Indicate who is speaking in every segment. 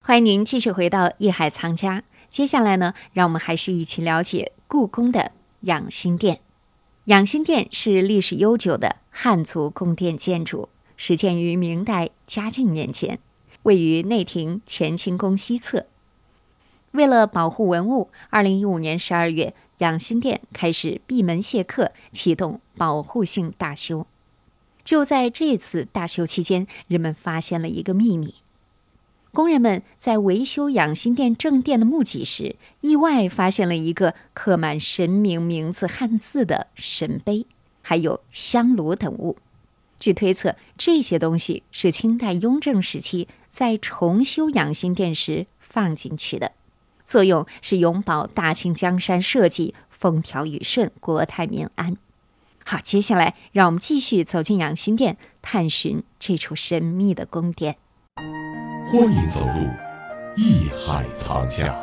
Speaker 1: 欢迎您继续回到《艺海藏家》，接下来呢，让我们还是一起了解故宫的养心殿。养心殿是历史悠久的汉族宫殿建筑，始建于明代嘉靖年间，位于内廷乾清宫西侧。为了保护文物，二零一五年十二月，养心殿开始闭门谢客，启动保护性大修。就在这次大修期间，人们发现了一个秘密。工人们在维修养心殿正殿的木脊时，意外发现了一个刻满神明名字汉字的神碑，还有香炉等物。据推测，这些东西是清代雍正时期在重修养心殿时放进去的，作用是永保大清江山社稷，风调雨顺，国泰民安。好，接下来让我们继续走进养心殿，探寻这处神秘的宫殿。
Speaker 2: 欢迎走入艺海藏家。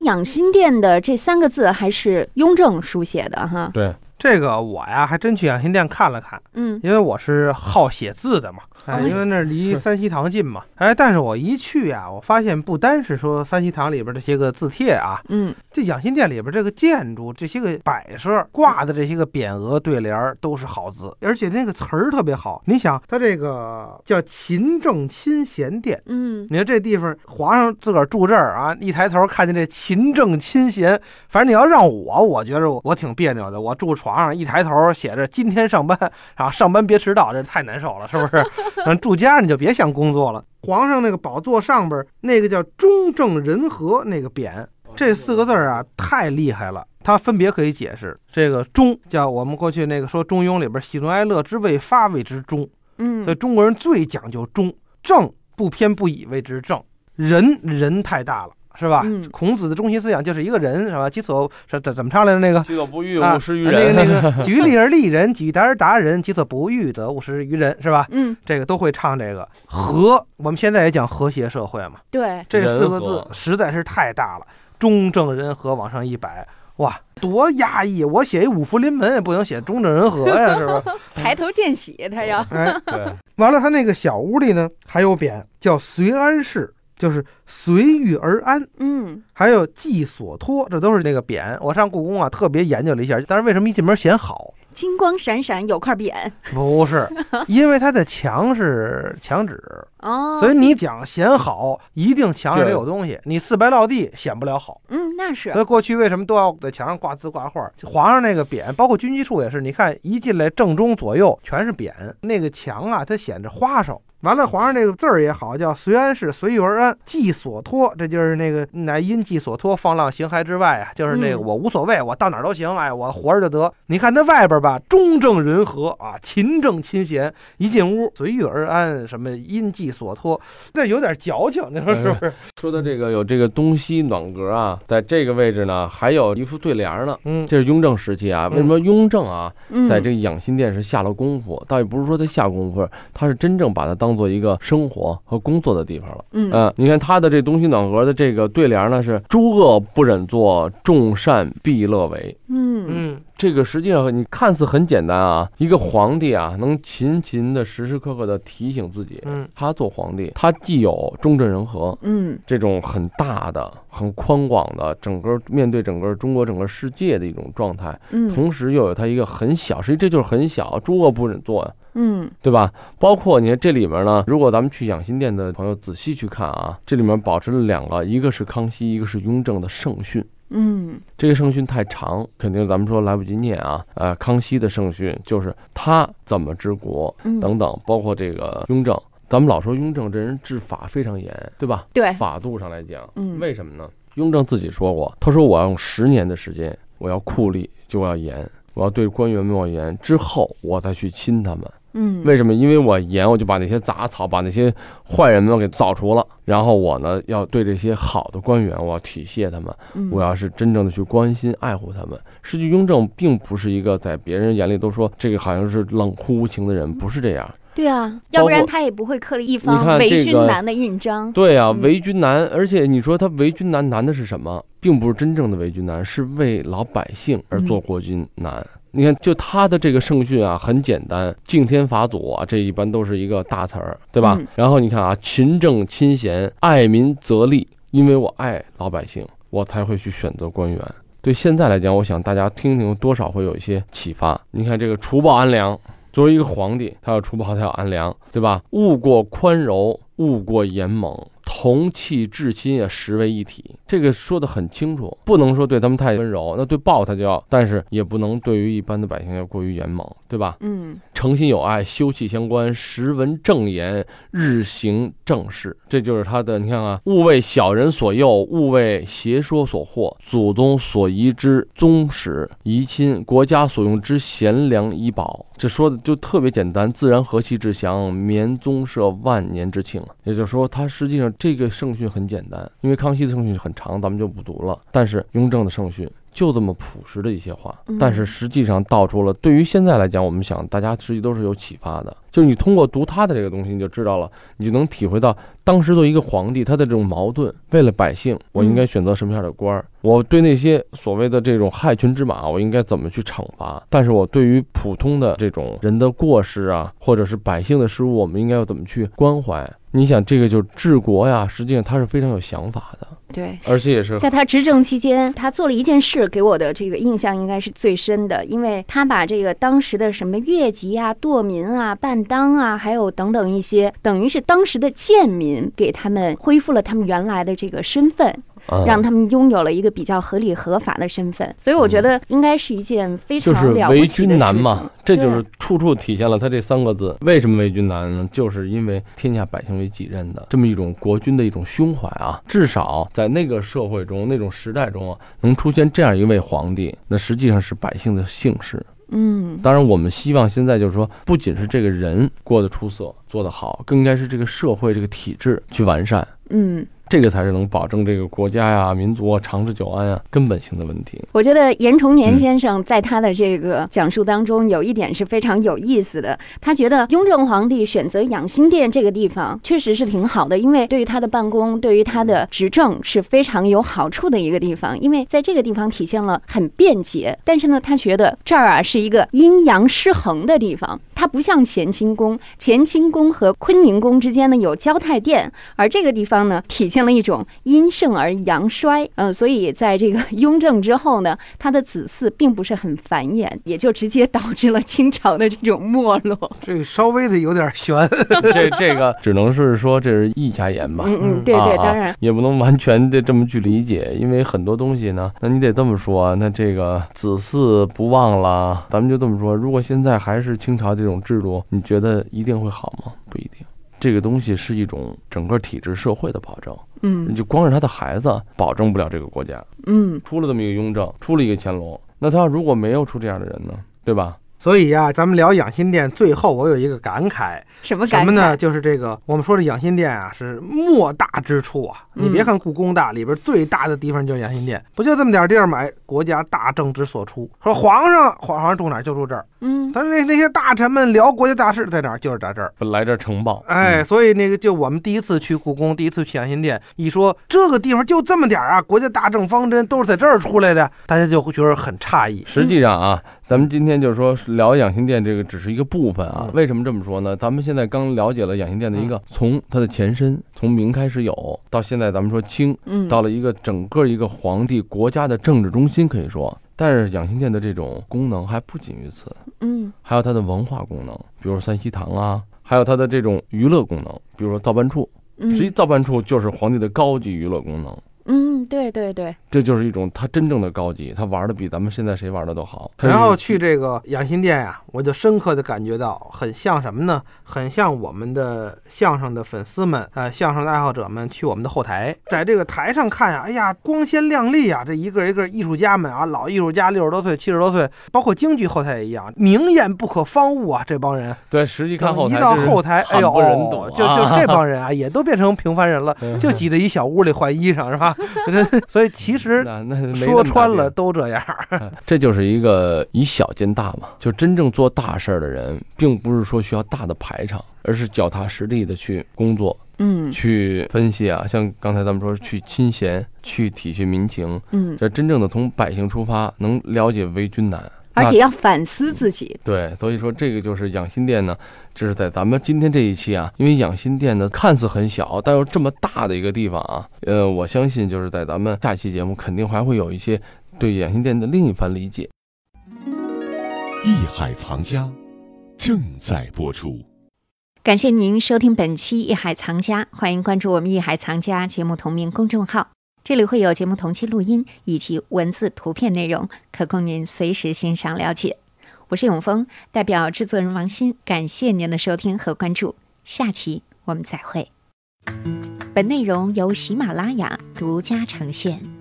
Speaker 3: 养心殿的这三个字还是雍正书写的哈，
Speaker 4: 对，
Speaker 5: 这个我呀，还真去养心殿看了看，
Speaker 3: 嗯，
Speaker 5: 因为我是好写字的嘛，哎，
Speaker 3: 哦
Speaker 5: 因为那儿离三希堂近嘛，哎，但是我一去啊，我发现不单是说三希堂里边这些个字帖啊，
Speaker 3: 嗯，
Speaker 5: 这养心殿里边这个建筑、这些个摆设、挂的这些个匾额、对联儿都是好字，而且那个词儿特别好。你想，它这个叫勤政亲贤殿。
Speaker 3: 嗯，
Speaker 5: 你看这地方，皇上自个儿住这儿啊，一抬头看见这勤政亲贤，反正你要让我，我觉着我我挺别扭的。我住床上，一抬头写着今天上班，啊，上班别迟到，这太难受了，是不是？嗯，住家你就别想工作了。皇上那个宝座上边儿那个叫“中正仁和”那个匾，这四个字儿啊，太厉害了。它分别可以解释，这个“中”叫我们过去那个说《中庸》里边“喜怒哀乐之未发谓之中”，所以
Speaker 3: 嗯，
Speaker 5: 中国人最讲究中，正不偏不倚谓之正。人人太大了，是吧？
Speaker 3: 嗯
Speaker 5: 孔子的中心思想就是一个人，是吧？己所是怎怎么唱来着？那个
Speaker 4: 己所不欲，
Speaker 5: 啊
Speaker 4: 勿施于
Speaker 5: 那个
Speaker 4: 人。
Speaker 5: 那 个，举例而立人，举达而达人，己所不欲，则勿施于人，是吧？
Speaker 3: 嗯，
Speaker 5: 这个都会唱这个和，我们现在也讲和谐社会嘛，
Speaker 3: 对，
Speaker 5: 这四个
Speaker 4: 人和
Speaker 5: 字实在是太大了，中正人和往上一摆，哇，多压抑！我写一五福临门也不能写中正人和呀，是不是？
Speaker 3: 抬头见喜，他要，
Speaker 5: 哎，
Speaker 4: 对，
Speaker 5: 完了，他那个小屋里呢还有匾，叫“随安室”，就是随遇而安。
Speaker 3: 嗯，
Speaker 5: 还有“寄所托”，这都是那个匾。我上故宫啊，特别研究了一下，但是为什么一进门显好？
Speaker 3: 金光闪闪有块匾，
Speaker 5: 不是，因为它的墙是墙纸，
Speaker 3: 哦，
Speaker 5: 所以你讲显好，一定墙上得
Speaker 4: 对
Speaker 5: 有东西。你四白落地显不了好。
Speaker 3: 嗯，那是
Speaker 5: 所以过去为什么都要在墙上挂字挂画？皇上那个匾，包括军机处也是，你看一进来正中左右全是匾，那个墙啊，它显着花哨。完了，皇上那个字儿也好，叫随安市，随遇而安，既所托，这就是那个乃因既所托，放浪形骸之外啊，就是那个
Speaker 3: 嗯
Speaker 5: 我无所谓，我到哪儿都行，哎，我活着就得。你看那外边吧，中正人和啊，勤政亲贤，一进屋随遇而安，什么因既所托，那有点矫情，你说是不是？
Speaker 4: 说的这个有这个东西暖阁啊，在这个位置呢，还有一副对联儿呢。
Speaker 5: 嗯，
Speaker 4: 这是雍正时期啊，
Speaker 5: 嗯
Speaker 4: 为什么雍正啊，
Speaker 3: 嗯，
Speaker 4: 在这个养心殿是下了功夫？倒也不是说他下功夫，他是真正把它当做一个生活和工作的地方了。
Speaker 3: 嗯，
Speaker 4: 嗯，你看他的这东西暖阁的这个对联儿呢是“诸恶不忍做，众善必乐为”。
Speaker 3: 嗯，
Speaker 5: 嗯，
Speaker 4: 这个实际上你看似很简单啊，一个皇帝啊，能勤勤的时时刻刻的提醒自己，
Speaker 5: 嗯，
Speaker 4: 他做皇帝，他既有中正人和
Speaker 3: 嗯，
Speaker 4: 这种很大的、很宽广的整个面对整个中国、整个世界的一种状态，
Speaker 3: 嗯，
Speaker 4: 同时又有他一个很小，实际这就是很小，诸恶不忍作呀。
Speaker 3: 嗯，
Speaker 4: 对吧？包括你看这里面呢，如果咱们去养心殿的朋友仔细去看啊，这里面保持了两个，一个是康熙，一个是雍正的圣训。
Speaker 3: 嗯，
Speaker 4: 这个圣训太长，肯定咱们说来不及念啊。呃，康熙的圣训就是他怎么治国
Speaker 3: 嗯，
Speaker 4: 等等，包括这个雍正，咱们老说雍正这人治法非常严，对吧？
Speaker 3: 对，
Speaker 4: 法度上来讲，
Speaker 3: 嗯
Speaker 4: 为什么呢？雍正自己说过，他说我要用十年的时间，我要酷吏，就要严，我要对官员们要严，之后我再去亲他们。
Speaker 3: 嗯，
Speaker 4: 为什么？因为我严，我就把那些杂草、把那些坏人们给扫除了。然后我呢，要对这些好的官员，我要体恤他们，
Speaker 3: 嗯
Speaker 4: 我要是真正的去关心、爱护他们。实际雍正并不是一个在别人眼里都说这个好像是冷酷无情的人，不是这样。
Speaker 3: 对啊，要不
Speaker 4: 包
Speaker 3: 然
Speaker 4: 括
Speaker 3: 他也不会刻了一方
Speaker 4: 看
Speaker 3: 为
Speaker 4: 这
Speaker 3: 君
Speaker 4: 个
Speaker 3: 难的印章，
Speaker 4: 对呀、
Speaker 3: 嗯
Speaker 4: 为君难，而且你说他为君难，难的是什么？并不是真正的为君难，是为老百姓而做国君难。你看，就他的这个圣训啊，很简单，敬天法祖啊，这一般都是一个大词儿，对吧？
Speaker 3: 嗯
Speaker 4: 然后你看啊，勤政亲贤，爱民则利，因为我爱老百姓，我才会去选择官员。对现在来讲，我想大家听听，多少会有一些启发。你看这个除暴安良，作为一个皇帝，他要除暴，他要安良，对吧？勿过宽柔，勿过严猛，同气至亲也实为一体。这个说的很清楚，不能说对他们太温柔，那对暴他就要，但是也不能对于一般的百姓要过于严猛，对吧？
Speaker 3: 嗯，
Speaker 4: 诚心有爱，休戚相关，时闻正言，日行正事，这就是他的。你看啊，勿为小人所诱，勿为邪说所惑。祖宗所遗之宗室遗亲，国家所用之贤良医宝，这说的就特别简单，自然和气之祥，绵宗社万年之庆。也就是说，他实际上这个圣训很简单，因为康熙的圣训很长，咱们就不读了。但是雍正的圣训就这么朴实的一些话
Speaker 3: 嗯，
Speaker 4: 但是实际上道出了对于现在来讲，我们想大家实际都是有启发的。就是你通过读他的这个东西，你就知道了，你就能体会到当时作为一个皇帝他的这种矛盾。为了百姓，我应该选择什么样的官儿？我对那些所谓的这种害群之马，我应该怎么去惩罚？但是我对于普通的这种人的过失啊，或者是百姓的失误，我们应该要怎么去关怀？你想，这个就是治国呀，实际上他是非常有想法的，
Speaker 3: 对。
Speaker 4: 而且也是
Speaker 3: 在他执政期间，他做了一件事，给我的这个印象应该是最深的，因为他把这个当时的什么越级啊、堕民啊、办当啊，还有等等一些，等于是当时的贱民，给他们恢复了他们原来的这个身份，
Speaker 4: 啊
Speaker 3: 让他们拥有了一个比较合理合法的身份。所以我觉得应该是一件非
Speaker 4: 嗯就
Speaker 3: 常
Speaker 4: 是
Speaker 3: 了不
Speaker 4: 为
Speaker 3: 起的
Speaker 4: 君难
Speaker 3: 事
Speaker 4: 嘛
Speaker 3: 情，
Speaker 4: 这就是处处体现了他这三个字。为什么为君难呢？就是因为天下百姓为己任的这么一种国君的一种胸怀啊。至少在那个社会中、那种时代中啊，能出现这样一位皇帝，那实际上是百姓的幸事。
Speaker 3: 嗯，
Speaker 4: 当然，我们希望现在就是说，不仅是这个人过得出色、做得好，更应该是这个社会、这个体制去完善。
Speaker 3: 嗯。
Speaker 4: 这个才是能保证这个国家呀、民族啊长治久安啊根本性的问题。
Speaker 3: 我觉得严崇年
Speaker 4: 嗯
Speaker 3: 先生在他的这个讲述当中，有一点是非常有意思的。他觉得雍正皇帝选择养心殿这个地方确实是挺好的，因为对于他的办公、对于他的执政是非常有好处的一个地方，因为在这个地方体现了很便捷。但是呢，他觉得这儿啊是一个阴阳失衡的地方，它不像乾清宫，乾清宫和坤宁宫之间呢有交泰殿，而这个地方呢，体现了一种阴盛而阳衰，嗯、所以在这个 雍正之后呢，他的子嗣并不是很繁衍，也就直接导致了清朝的这种没落。
Speaker 5: 这稍微的有点悬，
Speaker 4: 这这个只能是说这是一家言吧。
Speaker 3: 嗯嗯，
Speaker 5: 嗯
Speaker 3: 对对，
Speaker 4: 啊
Speaker 3: 当然，
Speaker 4: 也不能完全的这么去理解，因为很多东西呢， 那你得这么说，啊那这个子嗣不忘了，咱们就这么说。如果现在还是清朝这种制度，你觉得一定会好吗？不一定。这个东西是一种整个体制社会的保证，你
Speaker 3: 嗯
Speaker 4: 就光是他的孩子保证不了这个国家。
Speaker 3: 嗯，
Speaker 4: 出了这么一个雍正，出了一个乾隆，那他如果没有出这样的人呢，对吧？
Speaker 5: 所以呀、咱们聊养心殿，最后我有一个感慨，
Speaker 3: 什么
Speaker 5: 什
Speaker 3: 感
Speaker 5: 么呢？
Speaker 3: 慨？
Speaker 5: 就是这个，我们说这养心殿啊，是莫大之处啊。
Speaker 3: 嗯
Speaker 5: 你别看故宫大，里边最大的地方就是养心殿，不就这么点地儿买？国家大政之所出，说皇上皇上住哪儿就住这儿，
Speaker 3: 嗯
Speaker 5: 但是那那些大臣们聊国家大事在哪儿就是在这儿。
Speaker 4: 本来这儿呈报，
Speaker 5: 哎，所以那个就我们第一次去故宫，第一次去养心殿，一说这个地方就这么点儿啊，国家大政方针都是在这儿出来的，大家就会觉得很诧异。
Speaker 4: 实际上
Speaker 5: 嗯
Speaker 4: 啊，咱们今天就是说聊养心殿这个只是一个部分啊
Speaker 5: 嗯。
Speaker 4: 为什么这么说呢？咱们现在刚了解了养心殿的一个从它的前身，从明开始有，到现在咱们说清，
Speaker 3: 嗯，
Speaker 4: 到了一个整个一个皇帝国家的政治中心，可以说。但是养心殿的这种功能还不仅于此，
Speaker 3: 嗯
Speaker 4: 还有它的文化功能，比如说三希堂啊，还有它的这种娱乐功能，比如说造办处。实际
Speaker 3: 嗯
Speaker 4: 造办处就是皇帝的高级娱乐功能。
Speaker 3: 嗯，对对对，
Speaker 4: 这就是一种他真正的高级，他玩的比咱们现在谁玩的都好。它是
Speaker 5: 然后去这个养心殿呀、我就深刻的感觉到，很像什么呢？很像我们的相声的粉丝们，呃，相声的爱好者们去我们的后台，在这个台上看呀、哎呀，光鲜亮丽啊，这一个一个艺术家们啊，老艺术家六十多岁、七十多岁，包括京剧后台也一样，名言不可方物啊，这帮人。
Speaker 4: 对，实际看后台，
Speaker 5: 一到后台，哎呦，
Speaker 4: 不忍睹、
Speaker 5: 就就 这帮人啊，也都变成平凡人了，就挤在一小屋里换衣裳是吧？ 所以其实
Speaker 4: 那那没那么
Speaker 5: 说穿了
Speaker 4: 大
Speaker 5: 都这样。
Speaker 4: 劲儿， 这就是一个以小见大嘛。就真正做大事儿的人，并不是说需要大的排场，而是脚踏实地的去工作、
Speaker 3: 嗯
Speaker 4: 去分析啊。像刚才咱们说，去亲贤，去体恤民情，
Speaker 3: 嗯
Speaker 4: 这真正的从百姓出发，能了解为君难。
Speaker 3: 而且要反思自己。
Speaker 4: 对，所以说这个就是养心殿呢，这是在咱们今天这一期啊，因为养心殿呢看似很小，但又这么大的一个地方啊，呃，我相信就是在咱们下期节目肯定还会有一些对养心殿的另一番理解。
Speaker 2: 艺海藏家正在播出。
Speaker 1: 感谢您收听本期《艺海藏家》，欢迎关注我们《艺海藏家》节目同名公众号，这里会有节目同期录音以及文字、图片内容，可供您随时欣赏了解。我是永峰，代表制作人王鑫，感谢您的收听和关注，下期我们再会。本内容由喜马拉雅独家呈现。